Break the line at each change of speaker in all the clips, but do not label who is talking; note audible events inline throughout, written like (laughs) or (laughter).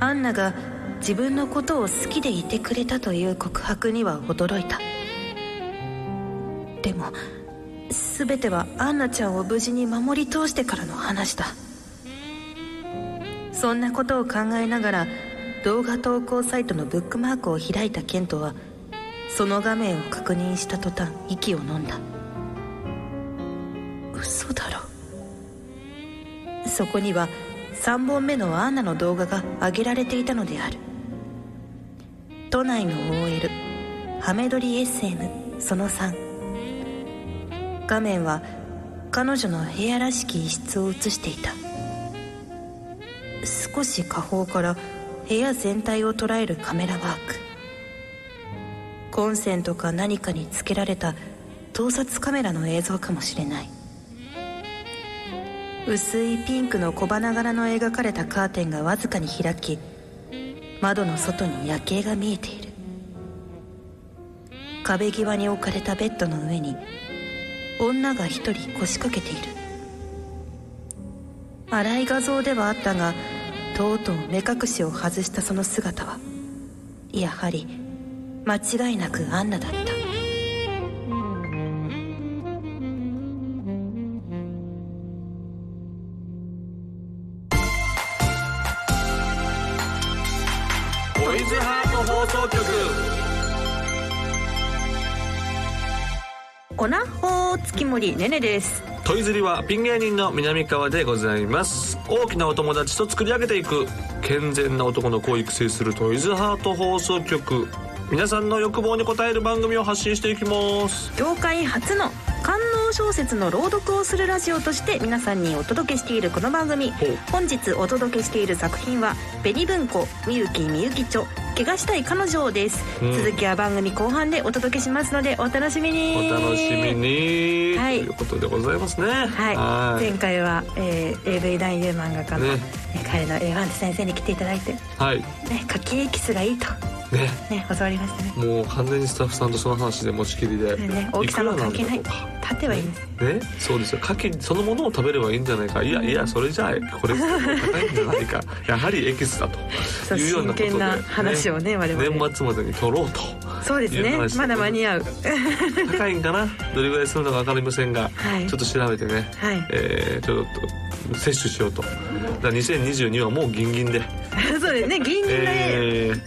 アンナが自分のことを好きでいてくれたという告白には驚いたでも全てはアンナちゃんを無事に守り通してからの話だそんなことを考えながら動画投稿サイトのブックマークを開いたケントはその画面を確認した途端息を飲んだ嘘だろそこには3本目のアンナの動画が上げられていたのである都内の OL ハメ撮り SM その3画面は彼女の部屋らしき一室を映していた少し下方から部屋全体を捉えるカメラワークコンセントか何かにつけられた盗撮カメラの映像かもしれない薄いピンクの小花柄の描かれたカーテンがわずかに開き窓の外に夜景が見えている壁際に置かれたベッドの上に女が一人腰掛けている荒い画像ではあったがとうとう目隠しを外したその姿はやはり間違いなくアンナだった
トイズハート放送局
オナホー月森ねねです
トイズリはピン芸人の南川でございます大きなお友達と作り上げていく健全な男の子を育成するトイズハート放送局皆さんの欲望に応える番組を発信していきます
業界初の官能小説の朗読をするラジオとして皆さんにお届けしているこの番組
ほう
本日お届けしている作品は「紅文庫みゆきみゆきちょ怪我したい彼女を」です、
うん
続きは番組後半でお届けしますのでお楽しみに
お楽しみに、
はい
ということでございますね
はい、前回は、えー、AV 男優漫画家の、
ね
えー彼の A ワン先生に来ていただいてね
はい
書きエキスがいいと
ね
ね教わりましたね
もう完全にスタッフさんとその話で持ちきりで、
ねね大きさも関係ない
くらんだろうか
立てはいいんです
ね、そうですよ牡蠣そのものを食べればいいんじゃないかいやいやそれじゃあこれ高いんじゃないか (laughs) やはりエキスだ
そ
と
う
いうようなことで、
真剣な話をね我々
年末までに取ろうと
そうです
いい
ね
話
まだ間に合う (laughs)
高いんかなどれぐらいするのか分かりませんが、
はい
ちょっと調べてね、
はい
えーちょっと摂取しようとだから2022はもうギンギンで、
(laughs) そうですね銀銀で、
えー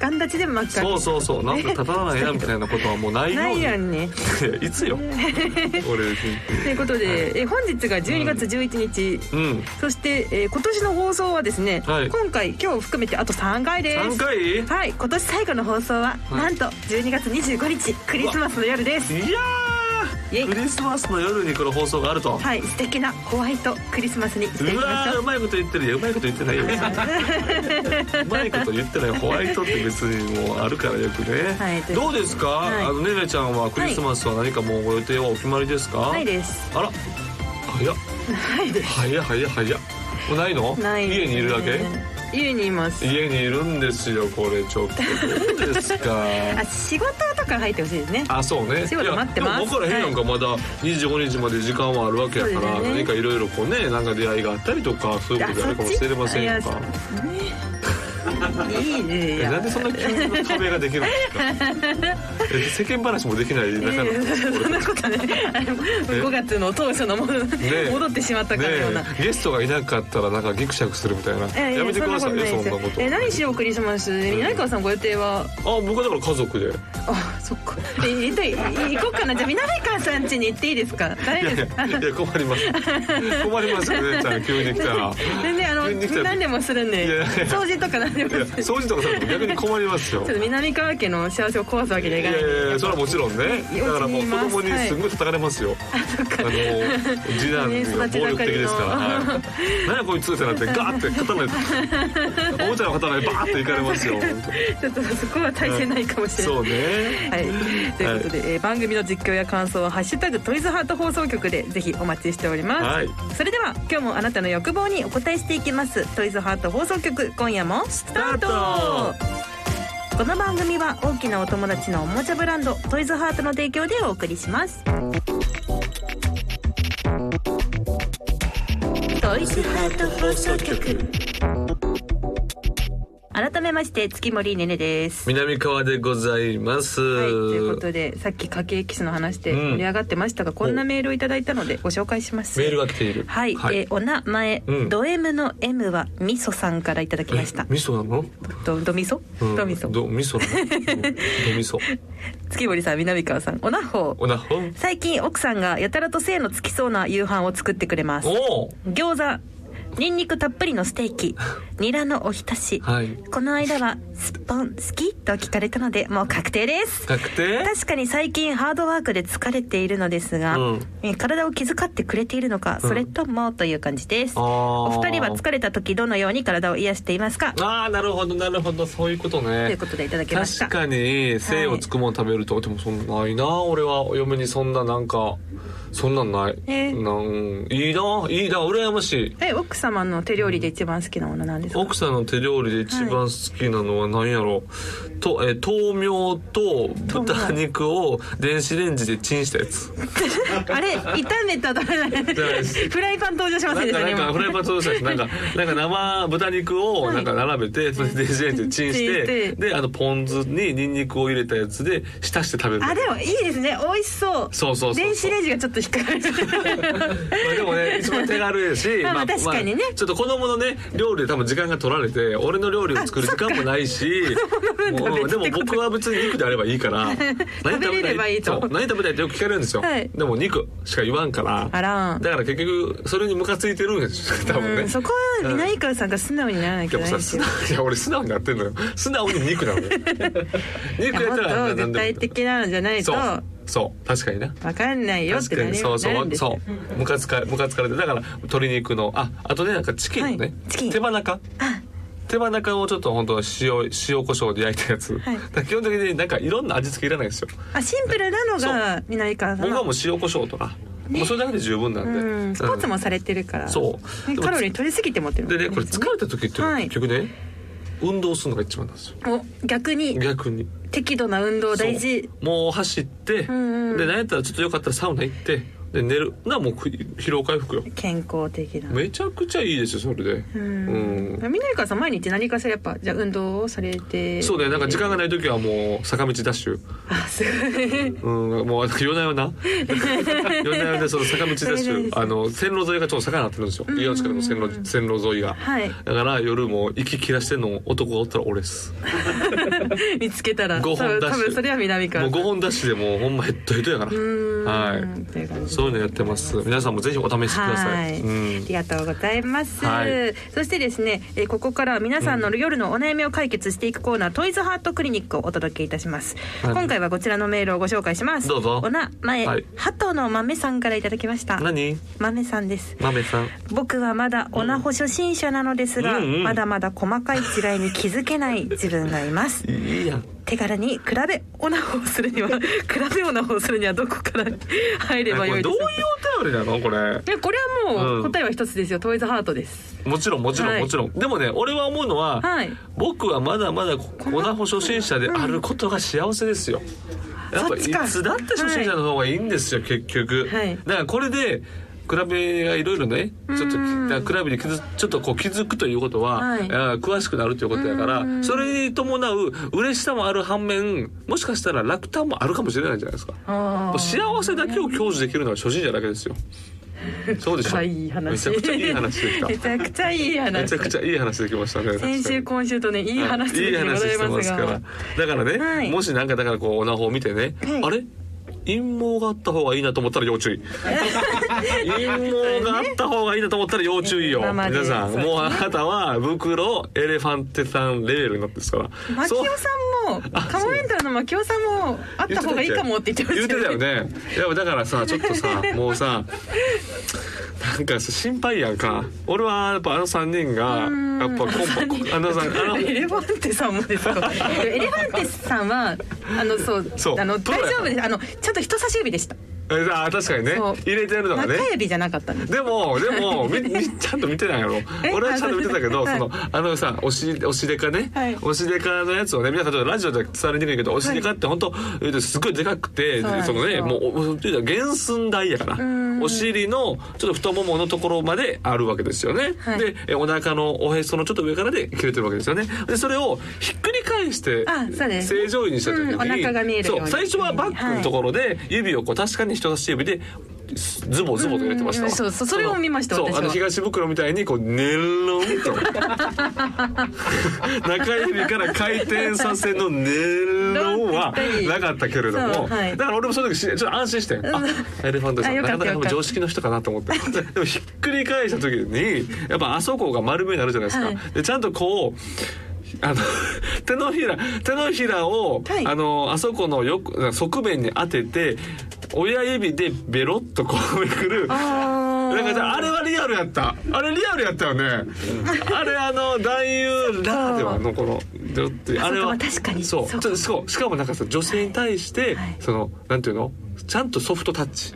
ガン立ちで真っ赤
そうそう
(laughs)
そうなんか立たないなみたいなことはもうないよ
な
う
い
に
やんね
(laughs) いつ
(laughs)
よ俺
ということで、えー本日が12月11日、
うん
そして、えー今年の放送はですね、
はい
今回今日含めてあと3回です
3回いや
はい今年最後の放送は、なんと12月25日クリスマスの夜ですイエイ
ークリスマスの夜にこの放送があると、
はい素敵なホワイトクリスマスにしていうき
わ
まし
ー
ょ
う
う
まいこと言ってるようまいこと言っ
(laughs)
てないようまいこと言ってないホワイトって別にもうあるからよくね、
はいという
どうですか、
い
あのねねちゃんはクリスマスは何かもうご予定はお決まりですか、
ないです
あら早っ
ないです
早っ早っ早っもうないの
ないです
家にいるだけ
家にいます
家にいるんですよこれちょっとどうです
(laughs)
か
あ仕事とか入ってほしいですね
あそうね
仕事
いや
待ってます
でも分からへんやんか、まだ25日まで時間はあるわけやか
そ
ら、
うですね
何かいろいろこうねなんか出会いがあったりとかそういうことがあるかもしれません
あ
やん
そ
か
っちいやいいねい
え
や
なんでそんな急に壁ができる
(laughs)
んですかえ世間話もできない中
いや
の
いや (laughs) そん
ね
なことねあの5月の当初のもの、
え
戻ってしまったかのような、
えゲストがいなかったらなんかギクシャクするみたいな、
ええ
やめてくださいよ
そ
そ
んな
んな
こない
ことと
ですよえ何しようクリスマス南川さんご予定は
あ僕はだから家族で
あそっかえ一体行こうかなじゃあ南川さん家に行っていいですか
い
誰
やい
ですか
やいや困ります困りますよねちゃん急に来た
(laughs)
ら
全然あの
急に来たら
何でもするんで
いやいや
掃除とか何でも
いや
するちょ
掃除とかされても逆に困りますよ
っと南川家の幸せを壊すわけにはい
い
か
や
ない
い
んで
やいやそれはもちろんね
ね
だからもう
お家にい
子
ます
供にすんごい叩かれますよ、あの次男
ね
が
育ち
暴力
盛
的
り
で
の
すからはい「何やこいつ」ってなってガーって刀でおもちゃの刀でバーっていかれますよ本
(laughs) ちょっとそこは対戦ないかも
当
しれない
そうね
はい、ということで、えー番組の実況や感想は「ハッシュタグトイズハート放送局」でぜひお待ちしております、
はい
それでは今日もあなたの欲望にお答えしていきますトイズハート放送局今夜もスタート
ス
この番組は大きなお友達のおもちゃブランドトイズハートの提供でお送りしますトイズハート放送局
改めまして月森ねねです
南川でございます、
はい、ということでさっき家計キスの話で盛り上がってましたが、こんなメールをいただいたのでご紹介します
メールが来ている
はい、えーお名前、
うん
ド M の M はみそさんからいただきました
え味噌なの、
ドドミソ、
うん
ドミソ
ど味噌なのどど味噌
月森さん南川さんおなほ
おなほ
(laughs)
ん
最近奥さんがやたらと性のつきそうな夕飯を作ってくれます
おー
餃子ニンニクたっぷりのステー
(laughs)
キニラのおひたし、
はい
この間は「すっぽん好き?」と聞かれたのでもう確定です
確定
確かに最近ハードワークで疲れているのですが、
うん
えー体を気遣ってくれているのか、
うん
それともという感じです
あー
お二人は疲れた時どのように体を癒していますか
ああなるほどなるほどそういうこと
という
ね
ことでいただきました
確かに精をつくもの食べると、でもそんなないな俺はお嫁にそんななんかそんなんない、
えー
なんいいないいな羨ましい
え奥様の手料理で一番好きなものなんですか
奥さんの手料理で一番好きなのは何やろと、えー豆苗と豚肉を電子レンジでチンした
(laughs)
やつ
あれ炒めたら
(laughs)
ダメだ
で
ね
す
フライパン登場しませ
なんん
でし
か
たね
なん
今
かフライパン通したやつ
(laughs)
なんかなんか生豚肉を
はい
なんか並べて、それで電子レンジでチンし
チンしてて
であのポン酢にニンニクを入れたやつで浸して食べる
あでもいいですね美味しそう
そうそうそうそう
電子レンジがちょっと引っかかる
(laughs) まあで
(laughs)
もね一番手軽やし
まあまあ確かにね
ちょっと子供のね料理で多分時間が取られて俺の料理を作る時間もないしもうでも僕は別に肉であればいいから
(laughs) 食べれればいいと
そう何食べたいってよく聞かれるんですよ、
はい
でも肉しか言わんから
あらん
だから結局それにムカついてるんですよ多分ね、
うんそこは南川さんが素直にならなき
で
ゃい
も
けない
さ
ですよ
素直い (laughs) や俺素直になってんのよ素直に
(laughs)
肉なのよ
もっと絶
肉やったら何でもいい
対的なのじゃないと
そ
わ
うそう確かにな
かんないよって
確
なる
かにそうそ
なるん
う
です
そ
よ
うムカつかれムカつかれてだから鶏肉のああとねなんかチキンのね、
はいチキン
手羽中手羽中をちょっと本当は塩塩コショウで焼いたやつ、
はい
だから基本的になんかいろんな味付けいらないんですよ
あシンプルなのが南川さん
僕は
の
もう塩コショウとか、もうそれだけで十分なんで、
うんスポーツ
も
もされてるから
そう
ね
でも
カロリー取りすぎてもってる
でねこれ疲れた時って
はい
結局ね、運動するのが一番なんですよ
お逆に
逆に
適度な運動大事
そうもう走って、
んうん
でなんやったらちょっとよかったらサウナ行ってで寝るなもうく疲労回復よ
健康的な
めちゃくちゃいいですよそれで
う
うん
ん南川さん毎日何かしらやっぱじゃあ運動をされて
そうね、なんか時間がない時はもう坂道ダッシュ。
あすごい
うん、もう夜な夜
(laughs)
な。夜な夜なでその坂道ダッシ
そうですね
ュ、あの線路沿いがちょっと坂になってるんですよ。家の近くの線路、線路沿いが。
はい
だから夜も息切らしてんの男がおったら俺です。
見つけたら
五
多
本
分
ダッシュ
多分それは南
も
川
う
さん
5本ダッシュでもうほんまヘッドヘッドやか
うーん
ら。はい。
という感じで
そういうのやってます。皆さんもぜひお試しくださ。
はいい、
うん
ありがとうございます、
はい
そしてですね、えーここからは皆さんの夜のお悩みを解決していくコーナー、トイズハートクリニックをお届けいたします、
はい
今回はこちらのメールをご紹介します
どうぞ
お名前、
はい
鳩の豆さんからいただきました
何、
豆さんです
豆さん。
僕はまだオナホ初心者なのですが、
うんうん
まだまだ細かい違いに気づけない自分がい
(laughs)
ます
いいやん。
手軽に比べオナホをするには比べオナホをするにはどこから入れ
えこ
ばよ
れ
い
ど
で
うい
す
う
か
お便りなの、これ。
いやこれはも
うん
う答えは一つですよ、トイズハートです
もちろん、もちろ
は
ん、
い
もちろん。でもね、俺は思うのは。
はい
僕はまだまだ粉穂初心者であることが幸せですよ。やっぱ
そっ
い
ちか
つだって初心者の方がいいんですよ、結局。
はい
だからこれで比べがいろいろねちょっと
うん
だから比べに気づちょっとこう気づくということは、
はい
あー詳しくなるということやから
うん
それに伴う嬉しさもある反面もしかしたら落胆もあるかもしれないじゃないですか。
あ
幸せだけを享受できるのは初心者だけですよ。そうでし
(laughs)
ょ。
いい話
めちゃくちゃいい話で
(laughs)
きた。
めちゃくちゃいい
めちゃ
話
くちゃいい話できましたね。
先週今週とねいい話
いい
でご
話
ざ
し
い
て
ま
ますす
が
からだからね、
はい
もしなんかだからこうオナホを見てね、
はい
あれ陰謀があった方がいいなと思ったら要注意陰謀があった方がいいなと思ったら要注意よ
今まで
皆さん
そうですね
もうあなたは袋エレファンテさんレベルになってますから
マキ
そ
オ
う
さんも
あ
カモメンタルのマキオさんもあった方がいいかもって言ってま
言
し
ったてたよねいやだからさちょっと
(laughs)
さもうさなんかさ心配やんか俺はやっぱあの3人が
ん
やっぱコンパあのさあの
エレファンテさんもですか。エレファンテさんはあのそう
そう
あの
プロ
大
や
丈夫です。あのちゃんと人差し指でした。
えあ確かにね
そう
入れてるのがね
中指じゃなかったんです
でもで
(laughs)
もみみちゃんと見てないやろ
え
俺はちゃんと見てたけど、
はい
そのあのさおしおしでかね、
はい
おしでかのやつをね皆さんちょっとラジオでは伝わりにくいけど、おしでかって本当えっとすごいでかくて
そうなんです
そ
よ
のねもうおおというか原寸大やから
ん
お尻のちょっと太もものところまであるわけですよね、
はい
でえお腹のおへそのちょっと上からで切れてるわけですよねでそれをひっくり返して
あそうです
正常位にした時に、
うんお腹が見えるように
そう最初はバッグのところで指をこう確かに人差し指でズボズボと入れてましたわ
うんそうそうそれを見ました
そう
私は
あの東袋みたいにこうねろんと (laughs) 中指から回転させのねろんはなかったけれども、
そうはい
だから俺もその時しちょっと安心してあエレファントさん
あよ
な
かっ
か
たよか
なか多
った
分常識の人かなと思って (laughs) でもひっくり返した時にやっぱあそこが丸めになるじゃないですか、
はい
でちゃんとこうあの手のひら手のひらを、
はい
あのあそこのよく側面に当てて親指でベロッとこうめくる
あー
なんかさあれはリアルやったあれリアルやったよねあれあの男優ならではのこのジョって
あ
あれは
そうか確かに
そう
そうか
ちょっとそうしかもなんかさ女性に対して、
はい
そのなんていうのちゃんとソフトタッチ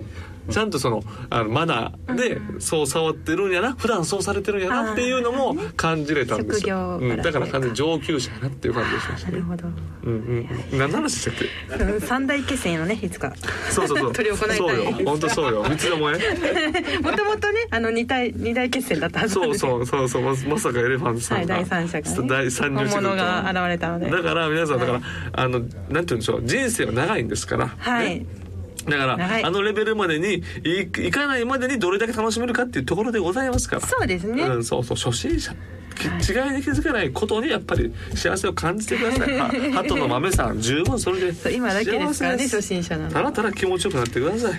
ちゃんとそのあのマナーでそう触ってるんやな普段そうされてるんやなっていうのも感じれたんですよ、
職業
うん、だから
からと
完
い
全
うか
に上級者やなっていう感じがしました
な
ね
る。ほど
うんうん、何の話でしたっけ
うん三大決戦のねいつか
そうそうそう
取り行いたい
そうよ本当そうよ三つの
(laughs)
もえ
もともとねあの二大二大決戦だったはずなん
そう
です
そうそうそうままさかエレファントさ
は
ん
い
が、
第三者が、ね、
第三者
本物が現れたので
だから皆さんだから、
は
あのなんて言うんでしょう人生は長いんですから、
はい
ねだから、
長い
あのレベルまでにいいかないまでにどれだけ楽しめるかっていうところでございますから
そうですね、
うん、そうそう初心者き違いに気づかないことにやっぱり幸せを感じてくだ
(laughs)
さい。は鳩の豆さん十分それで
そう今だけですからね
幸せ
初心者なの
たらたら気持ちよくなってください。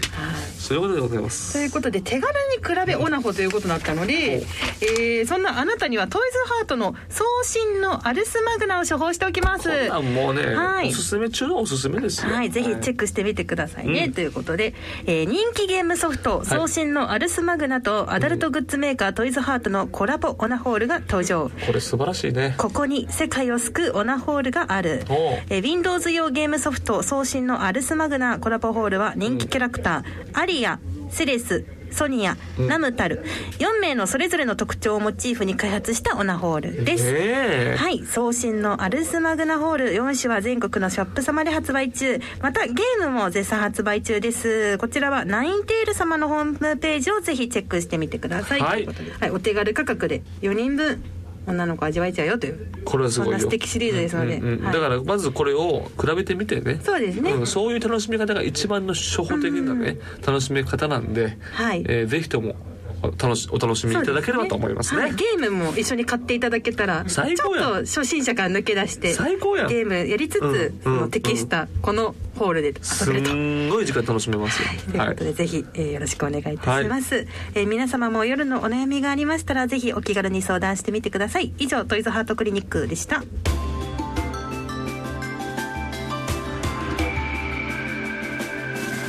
そういうことでございます。
ということで手軽に比べオナホということだったので、えー、そんなあなたにはトイズハートの送信のアルスマグナを処方しておきます
こんなんもうね、
はい
おすすめ中のおすすめですよ。
はい、ぜひチェックしてみてくださいね、
うん
ということで、えー人気ゲームソフト送信のアルスマグナとアダルトグッズメーカートイズハートのコラボオナホールが登場
これ素晴らしいね。
ここに世界を救うオナホールがある
おう
えー Windows 用ゲームソフト送信のアルスマグナコラボホールは人気キャラクター、アリアセレスソニア、ナムタル4名のそれぞれの特徴をモチーフに開発したオナホールです、
ねえ
はい、送信のアルスマグナホール4種は全国のショップ様で発売中。またゲームも絶賛発売中です。こちらはナインテール様のホームページをぜひチェックしてみてください。
はい
とうことで
はい、お手軽価格で4人分女の子味わえちゃうよという
これはす
そ
ごい
ん
よ。
な素敵シリーズですので、
うんうん
はい
だからまずこれを比べてみてね。
そうですね、
うん、そういう楽しみ方が一番の初歩的なね、楽しみ方なんで、
はい
えーぜひともお楽しお楽しみいただければと思いますね。
はいゲームも一緒に買っていただけたらちょっ
最
と
高やん
初心者から抜け出して
最高やん
ゲームやりつつ、
うん
その
うん
適したこのホールで
す
遊べると。
んごい時間楽しめます
とい
よ。
う
は
こ
い
と。で、ぜひ、えーよろしくお願いいたします、えー皆様も夜のお悩みがありましたらぜひお気軽に相談してみてください以上トイズハートクリニックでした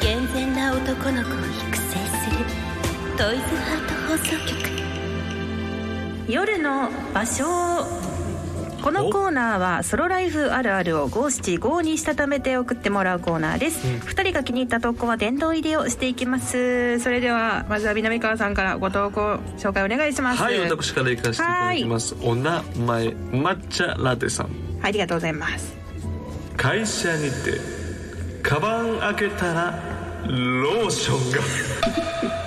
健全な男の子を育成するトイズハート放送局
夜の場所このコーナーはソロライフあるあるを五七五にしたためて送ってもらうコーナーです、二人が気に入った投稿は殿堂入りをしていきます
それではまずは南川さんからご投稿紹介お願いします
はい、私から行かせていただきます。お名前、抹茶ラテさん。
ありがとうございます
会社にてカバン開けたらローションが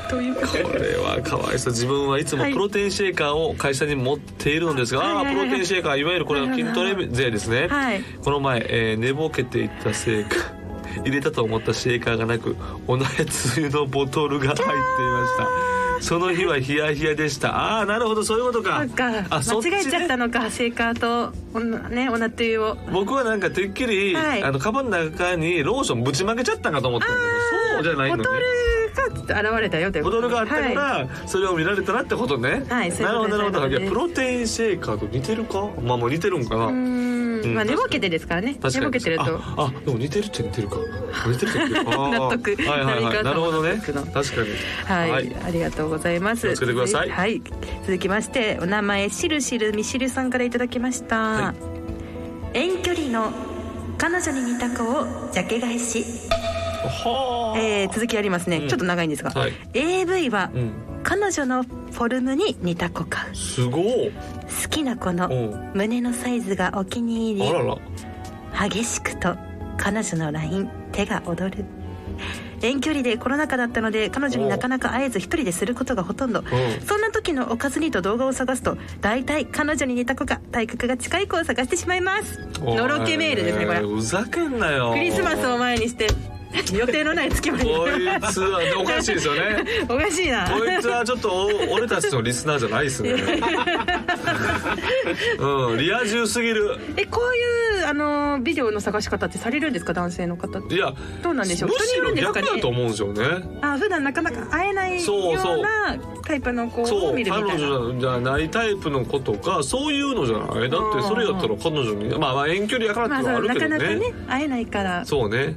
ということ
これはかわいそう自分はいつも
はい
プロテインシェーカーを会社に持っているのですが、
はいはいはい
ああプロテインシェーカーいわゆるこれは筋トレ勢ですね、
はい
この前、えー寝ぼけていったせいか (laughs) 入れたと思ったシェーカーがなく同じつゆのボトルが入っていましたその日はヒヤヒヤでしたああーなるほどそういうことか
なんか
あそちね
間違えちゃったのか聖火と女ね女というを
僕はなんかてっきり、
はい
あのカバンの中にローションぶちまけちゃったんかと思ったんだけどそうじゃないの
ボ
ね
トルが現れたよという
ボ
こと
トルがあったから、それを見られたらってことね、
はいそう
な
いうことで
るほ
す
どなるほどい
そ
や
ういう
プ
こ
ロテインシェーカーと似てるかまあもう似てるんかな、
うーんまあ
うん
寝ぼけてですからね
確
寝
か
ぼけ
に
てると
ああでも似てるっちゃ似てるか似てるっちゃ似てるかあー
(laughs) 納得
はいはいはい
何かあったの
なるほどね
納得の
確かに
はい、ありがとうございます
気をつけてください
はい、
続きましてお名前しるしるみしるさんからいただきました、
は
遠距離の彼女に似た子をジャケ返し
はあ、
えー続きやりますね、
うん
ちょっと長いんですが、
はい
AV は
うん
彼女のフォルムに似た子か
すごい
好きな子
う
の
ん
胸のサイズがお気に入
あ
り
らら
激しくと彼女のライン手が踊る遠距離でコロナ禍だったので彼女になかなか会えず一人ですることがほとんど、
ん
そんな時のおかずにと動画を探すと大体彼女に似た子か体格が近い子を探してしまいますのろけメールですねこれ
おいふざけんなよ
クリスマスを前にして予定のない月まで (laughs)
こいつはおかしいですよね
おかしいな
こい
(laughs)
つはちょっとお俺たちのリスナーじゃないですねうんリア充すぎる
えこういうあのビデオの探し方ってされるんですか男性の方って
いや
どうなんでしょう
むしろ
人による
逆
んですか
だ
ね
と思うんですよね
あ普段なかなか会えないよ
そうそう
うなタイプの子
そ
を
う
見るみた
彼
いな
女じゃないタイプの子とかそういうのじゃないだってそれやったら彼女にまあまあ遠距離やからって
まあ
いう
そ
のはあ
う
る
な
けど
か
ね,、
なかね会えないから
そうね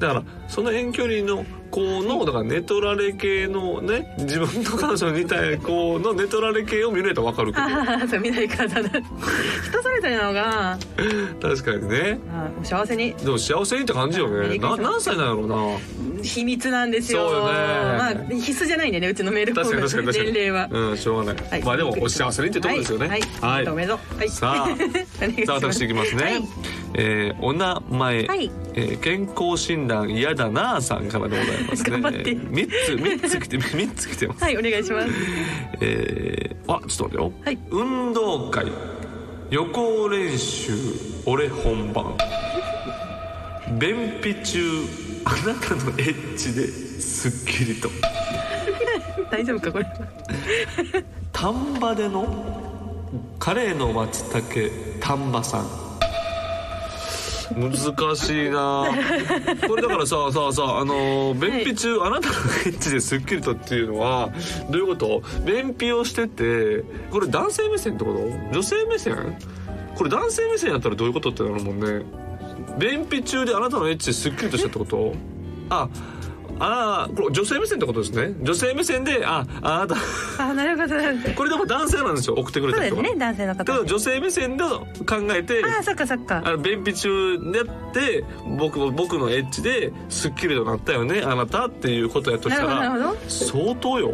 だからその遠距離の子のだから寝取られ系のね自分の彼女に似た子の寝取られ系を見れたら分かるけ
ああそう見ないからだな人それぞれなのがあ
ど確かにね
ーお幸せに
でも幸せにって感じよねな何歳なんやろうな
秘密なんですよ
そうよね
まあ必須じゃないんでねうちのメールフォ
確かに確か
ー
に
ム
確かに
年齢は、
うんしょうがない、
はい
まあでもお幸せにってとこですよね
はい、はいおめでとうおめでとうはい
さあ
(laughs) お願いします
さあ私いきますね、
はい
えーお名前、
はい
えー健康診断嫌だなあさんからでございますね
頑張って
3つ3つ来て三つ来てます、
はいお願いします
えーあちょっと待ってよ、
はい
運動会予行練習俺本番便秘中あなたのエッジですっきりと
大丈夫かこれ
丹波でのカレーの松茸丹波さん難しいなあこれだからささあさああのー便秘中、あなたのエッチですっきりとっていうのはどういうこと便秘をしててこれ男性目線ってこと女性目線これ男性目線やったらどういうことってなるもんね便秘中であなたのエッチですっきりとしたってことああーこれ女性目線ってことですね女性目線でああなた
あなるほどなるほど
これでも男性なんですよ送ってくれ
そう
た
です
人が
ね男性の
け
方
ど女性目線で考えて
ああそっかそっ
あ
か
の便秘中でやって僕も僕のエッジですっきりとなったよねあなたっていうことやとした
なるほどな
ら
るほど
相当よ
い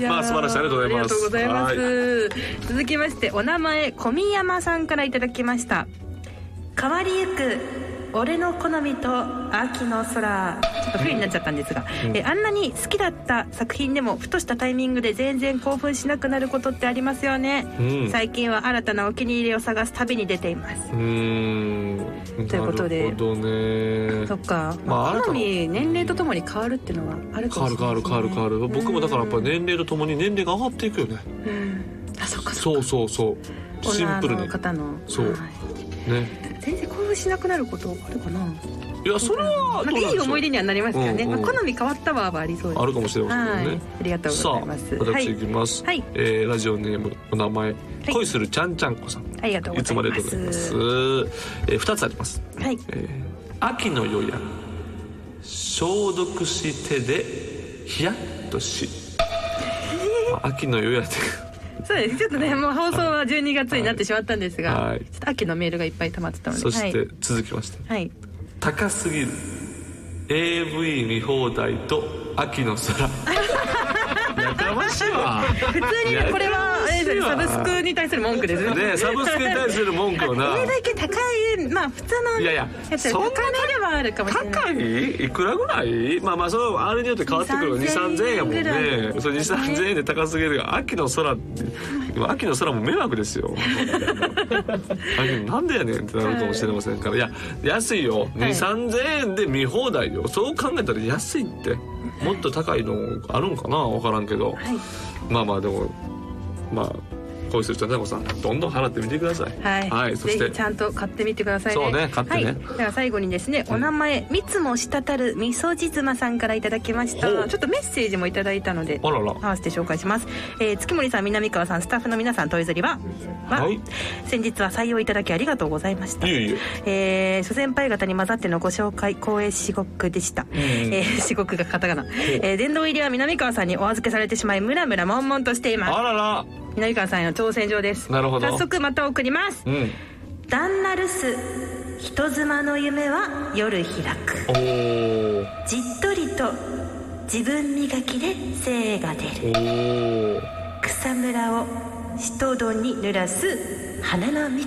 やー
まあ素晴らしいありがとう
あ
ございます
りがとうございます続きましてお名前小宮山さんからいただきました
変わりゆく俺の好みと秋の空
ちょっと不利になっちゃったんですが、えあんなに好きだった作品でもふとしたタイミングで全然興奮しなくなることってありますよね、
うん
最近は新たなお気に入りを探す旅に出ています
うーん
ということで
なるほどね
そっか、
まあ
まあ、
新た
好
な
み年齢とともに変わるっていうのはあるか
変
も
わる
し
変
れないで
わる
すね
変わる変わる僕もだからやっぱ年齢とともに年齢が上がっていくよね
あそっかそ
そうそうそうシンプル
女
に
の方の
そう
はい
ね
全然興奮しなくなることあるかな、ま
いやそれは
あ、
どうなんでしょう
いい思い出にはなりますからね、
うんうん
まあ、好み変わったわはありそうです
あるかもしれませんけど
はい
ね
ありがとうご
さ
ざ
あ
いますはい
私いきます、
はい
えーラジオネームお名前、恋するちゃんちゃんこさん
ありがとうご
いつもあ
ざ
り
い
が
ま
とうご
す
ざいます、えー、2つあります、
はい
えー秋の夜や消毒し手でヒヤッとし、まあ秋の夜やで
そうですちょっとねもう放送は12月になってしまったんですが、
はい
ちょっと秋のメールがいっぱい溜まってたので
そし
は
て
い
続きまして
はい、
高すぎる AV 見放題と秋の空 (laughs) やかましいわ
普通にねこれはあれですよねサブスクに対する文句ですね
ねえサブスクに対する文句をな
(laughs) これだけ高いまあ普通の
いやいや
つより高めではあるかもしれない
高いいくらぐらいまあまあそれはあれによって変わってくる2 3
2-3
0円やもん
ぐら
ね
い
それ2 3 0円で高すぎるが秋の空って今秋の空も迷惑ですよ秋なんでやねんってなるかもしれませんからいや安いよ2 3 0円で見放題よそう考えたら安いってもっと高いのあるんかな分からんけど、
はい
まあまあでもまあ恋するちゃんたこさんどんどん払ってみてください
はい、
そし
ぜ
て
ひちゃんと買ってみてくださいね
そうね買ってね
はい、では最後にですねお名前三つも滴るみそじ妻さんからいただきましたち
ほ
ょ
う
っとメッセージもいただいたので
あらら
合わせて紹介します、えー月森さん南川さんスタッフの皆さんトイズリは、は
はい
先日は採用いただきありがとうございました
いえいえ
えー諸先輩方に混ざってのご紹介光栄至極でした、えー至極がカタカナ、えー殿堂入りは南川さんにお預けされてしまいムラムラ悶々としています
あらら
南川さんへの挑戦状です
なるほど
早速また送ります
うん
旦那留守人妻の夢は夜開く
おー
じっとりと自分磨きで精が出る
おー
草むらをシトドに濡らす花
(laughs)
の蜜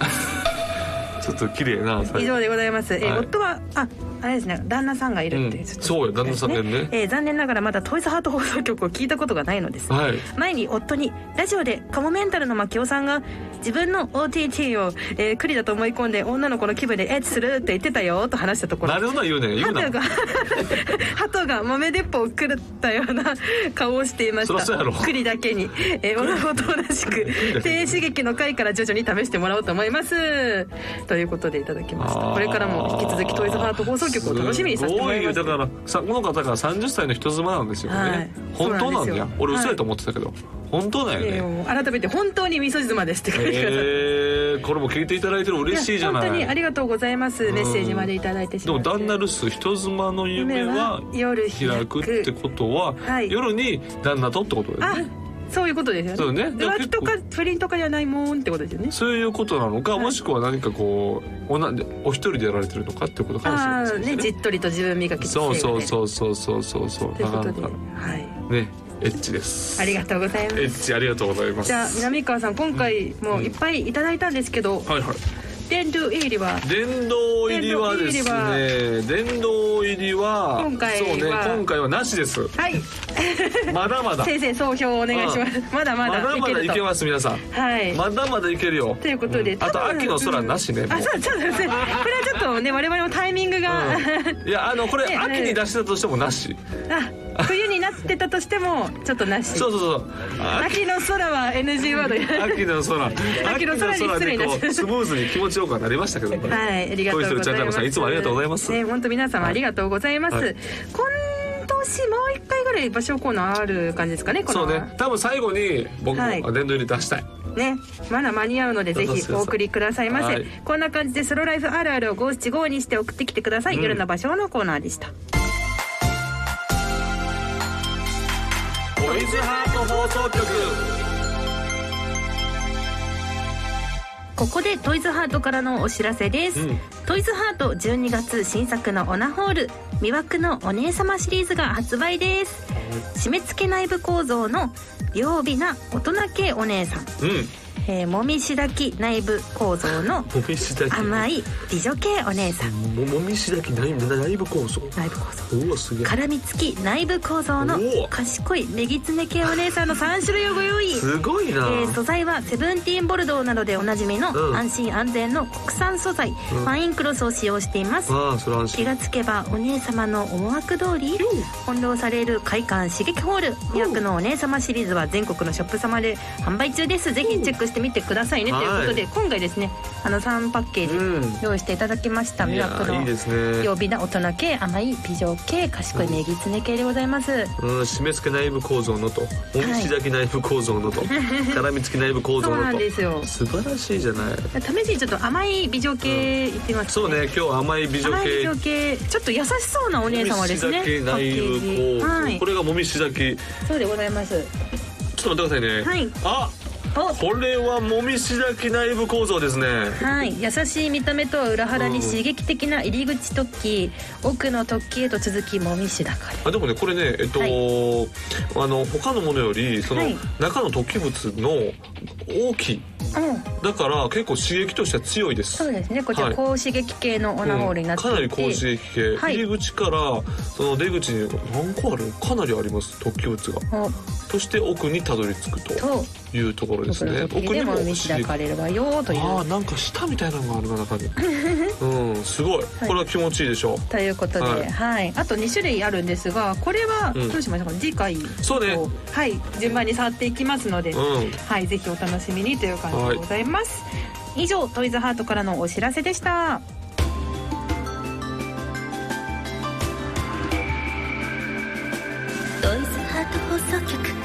ちょっと綺麗な
以上でございます、えー
はい
夫はああれですね旦那さんがいるって、
うん
ちょっと
そうよ旦那さんがいるね
えー残念ながらまだトイズハート放送局を聞いたことがないのです、
はい
前に夫にラジオでカモメンタルの牧雄さんが自分の OTT を、えー、クリだと思い込んで女の子の気分でエッチするって言ってたよと話したところ
なるほど言うね言う
鳩
な
が鳩が豆鉄砲をくるったような顔をしていました
そらそうやろ
栗だけに、えー、女子と同じく低刺激の回から徐々に試してもらおうと思いますということでいただきましたこれからも引き続きトイズハート放送局を楽しみにさせてもらいます
すごいよだからさこの方が30歳の人妻なんですよね、
はい
本当なん
そう
だよ
なんですよ
俺嘘やと思ってたけど、本当だよ
えー
ね
もう改めて本当に味噌妻ですって書いてくださって
えー、これも聞いていただいてる嬉しいじゃない
や本当にありがとうございますメッセージまでいただいてし
で
ま
も
って
旦那留守人妻の夢は
夜開
開
く
くってことは、
はい
夜に旦那とってことだよ
あ
ね
そういうことですよね
そうねだから
浮気とか不倫とかじゃないもんってことですよね
そういうことなのか、
はい
もしくは何かこうおなお一人でやられてるのかってことかもしれ
あ
ない
あ
です
ね
ね
じっとりと自分磨きしている
そ
ね
うそうそうそうそうそうそう
ということで
なかなか
は
ねエッチです
いありがとうございま
エ
す
ッチありがとうございます
じゃあ南川さん今回もいっぱいいただいたんですけど
はいはい
電流入りは
殿堂入りはですね殿堂入りは
今回は
そうね今回はなしです
はい
ま
(laughs)
だまだ
先生総評をお願いしますまだま
ま
だ
だ
い
ま
け
だ
る
い
と
けます皆さん
はい
まだまだいけるよ
ということで、
んあと
多分
秋の空なしね
うん
もう
あそうそうですねこれはちょっとね我々もタイミングが、
うんいやあのこれ
ね
秋に出したとしてもなし
(laughs) あ冬になってたとしてもちょっとなし
そうそうそうあ
秋の空は NG ワードや
秋の空
秋の空に失礼
秋の空でこ
な
うスムーズに気持ちよくはなりましたけどもね
はい、ありがとうございます
恋
す。
るチャンネルさんいつもありがとうございます
ね、本当皆様ありがとうございます。
はい
今年もう一回ぐらい場所コーナーある感じですかね、こ
そ
の。
うね多分最後に僕
はい
も殿堂入り出したい
ねまだ間に合うのでぜ
そうそう
ひ
そうそう
お送りくださいませ。
はい
こんな感じでソロライフあるあるを五七五にして送ってきてください。
うん
夜の場所のコーナーでした。
ボイズハート放送局
ここでトイズハートからのお知らせです、
うん
トイズハート12月新作のオナホール魅惑のお姉様シリーズが発売です締め付け内部構造の曜日な大人系お姉さん、
うん
えー、もみしだき内部構造の
もみしだき
甘い美女系お姉さん
ももみしだき内内部構想
内部構造
うわすげえ
絡みつき内部構造の
おお
賢いネギツネ系お姉さんの3種類をご用意
すごいな、
えー素材はセブンティーンボルドーなどでおなじみの
うん
安心安全の国産素材、
うん
ファインクロスを使用しています
ああそれ安
気
心
がつけばお姉様の思惑通り翻弄される快感刺激ホール魅惑のお姉様シリーズは全国のショップ様で販売中ですぜひチェックしてみてくださいね
うん
ということで今回ですねあの3パッケ
う
ージ
ん
用意していただきました
い
魅
や
惑
ーいいで
の
すね
曜日な大人系甘い美女系賢いネギツネ系でございます
うん、締め付け内部構造のともみしだき内部構造
(laughs)
のと、絡みつき内部構造
そう
の
なん
と
ですよ。
素晴らしいじゃない
試しにちょっと甘い美女系いってみます、
そうね今日甘い美女
甘い美
系
女系ちょっと優しそうなお姉様ですね
もみしだき内部構造、
はい
これがもみしだき
そうでございます
ちょっと待ってくださいね、あ
お
これはもみしだき内部構造ですね
はい、優しい見た目とは裏腹に刺激的な入り口突起、奥の突起へと続きもみしだか
あでもねこれねえっと、
は
あの他のものよりその、
はい
中の突起物の大きい
らうん
だから結構刺激としては強いです
そうですねこちら
はい
高刺激系のオナホールになっていて、
かなり高刺激系、
はい
入り口からその出口に何個あるかなりあります突起物が
お
そして奥にたどり着くと
と
いうところです
奥の
ね
突起でも
刺
み
激
しだかれるわよとい
ああ
う
なんか舌みたいなのがあるな
(laughs)
中にうんすごいこれは気持ちいいでしょう、
ということで、は
はいい
あと2種類あるんですがこれは
うん
どうしましょうか、次回
そうね
こうはい順番に触っていきますので、
うん
はいぜひお楽しみにという感じでございます、以上トイズハートからのお知らせでした
トイズハート放送局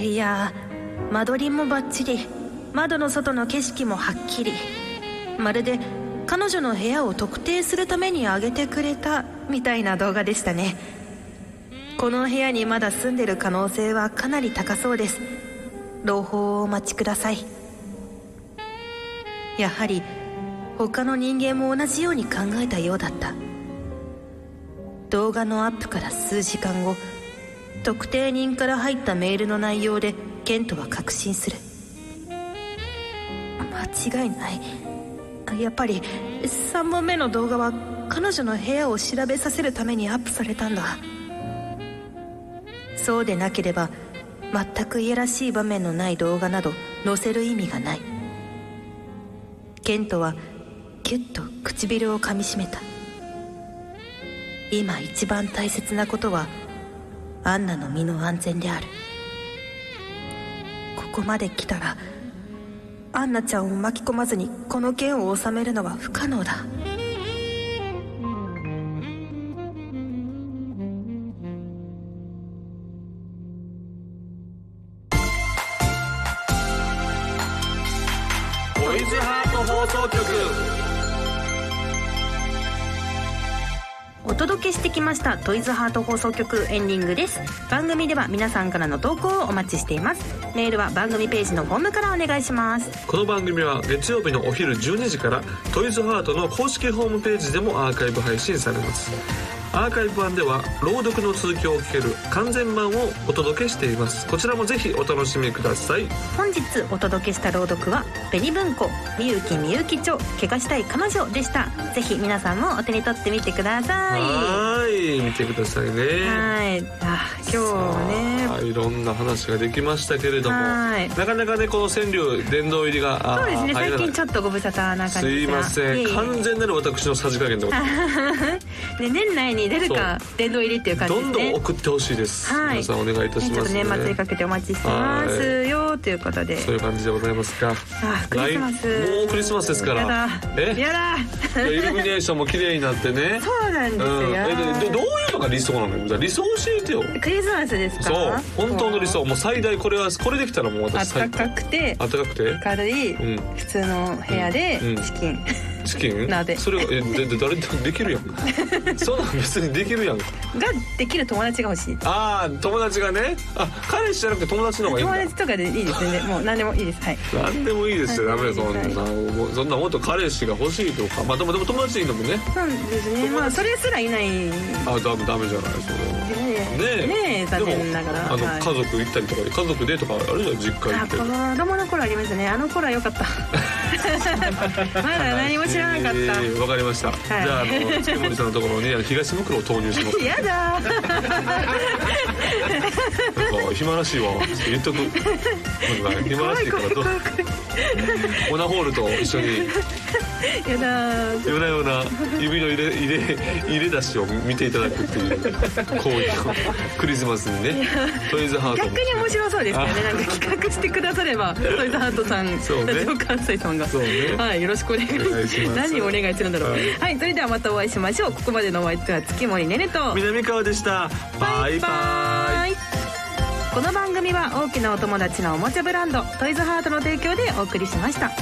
いやー間取りもバッチリ窓の外の景色もはっきりまるで彼女の部屋を特定するために上げてくれたみたいな動画でしたねこの部屋にまだ住んでる可能性はかなり高そうです朗報をお待ちくださいやはり他の人間も同じように考えたようだった動画のアップから数時間後特定人から入ったメールの内容でケントは確信する間違いないあやっぱり3本目の動画は彼女の部屋を調べさせるためにアップされたんだそうでなければ全くいやらしい場面のない動画など載せる意味がないケントはキュッと唇を噛みしめた今一番大切なことはアンナの身の安全であるここまで来たらアンナちゃんを巻き込まずにこの件を収めるのは不可能だ
トイズハート放送局
お届けしてきましたトイズハート放送局エンディングです番組では皆さんからの投稿をお待ちしていますメールは番組ページのホームからお願いします
この番組は月曜日のお昼12時からトイズハートの公式ホームページでもアーカイブ配信されますアーカイブ版では朗読の続きを聞ける完全版をお届けしていますこちらもぜひお楽しみください
本日お届けした朗読は「紅文庫みゆきみゆき町怪我したい彼女」でしたぜひ皆さんもお手に取ってみてください
はーい見てくださいね
はいあ今
さあいろんな話ができましたけれども
は
な
ーい
かなかねこの川柳殿堂入りがあ
日ねそうですね
入
最
らない
近ちょっとご無沙汰な感
す
じ
いません完
完
全なる私のさじ加減でございます
全年内に出るか殿堂入りっていう感じ
ど
です
ん
ね
どん送ってほしいです、
はい
皆さんお願いいたし
ね
ま
ちょっと
すね
年末にかけてお待ちしてますよということで
そういう感じでございます
(laughs)
か
あクリスマス
来もうクリスマスですから
やだ
え
やだ
いやイルミネーションも綺麗になってね
そうなんですよ、
んえででどういうのが理想なのよじゃあ理想教えてよ
クリスマスですか
そう本当の理想もう最大これはこれできたらもう私
暖
最高
かくて
暖かくて
軽い
うん
普通の部屋で
うん
チキン、
チキン
鍋
それえでで誰でもできるや
(laughs)
んそんなん別にできるやん
ができる友達が欲しい
ああ友達がねあ彼氏じゃなくて友達の方がいいん
友
だ
達とかでいいですよねもう何でもいいですはい
なんでもいいですよ、ダメよそんな、そんなもっと彼氏が欲しいとか、まあでもでも友達でいいのもね、
そうですねまあそれすらいないね
あダメダメじゃないそれは。
え
ね
ねえ残念ながら
でもあの、
はい
家族行ったりとか家族でとかあるじゃん実家行
あ
っ
子
て
供の頃ありましたねあの頃は良かった
(laughs)
まだ何も知らなかっ
えーわかりました、じゃああの月森さんのところにあの東袋を投入します
たやだ
なんか暇らしいわちょっと言っ
(laughs)
とくなんか暇らしいからどうオナホールと一緒に
やだ
夜な夜な指の入れ (laughs) 入れ入れ出しを見ていただくっていう行為をクリスマスにねトイズハート
逆に面白そうですよねなんか企画してくださればトイズハートさん、
そうね
ラジオ関西さんが、
そうね
はいよろしくお願いし
お願いします
何をお願いするんだろう
は
はいい、それではまたお会いしましょうここまでのお相手は月森ねねと
南川でしたバイバイ
イこの番組は大きなお友達のおもちゃブランドトイズハートの提供でお送りしました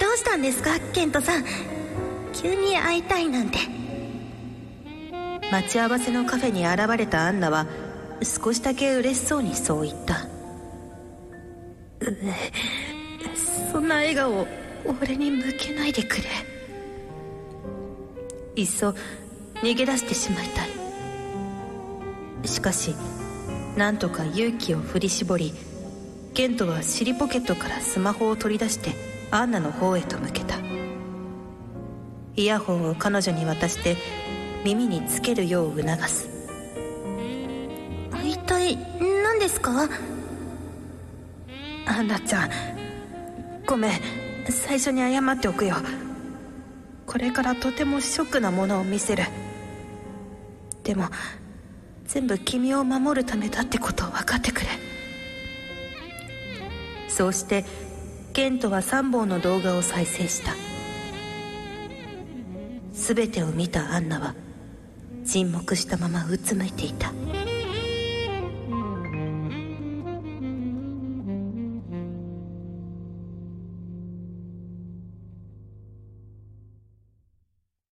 どうしたんですかケントさん急に会いたいなんて
待ち合わせのカフェに現れたアンナは少しだけ嬉しそうにそう言ったううそんな笑顔俺に向けないでくれいっそ逃げ出してしまいたいしかしなんとか勇気を振り絞りケントは尻ポケットからスマホを取り出してアンナの方へと向けたイヤホンを彼女に渡して耳につけるよう促す
一体何ですか
アンナちゃんごめん最初に謝っておくよこれからとてもショックなものを見せるでも全部君を守るためだってことを分かってくれそうしてケントは3本の動画を再生した全てを見たアンナは沈黙したままうつむいていた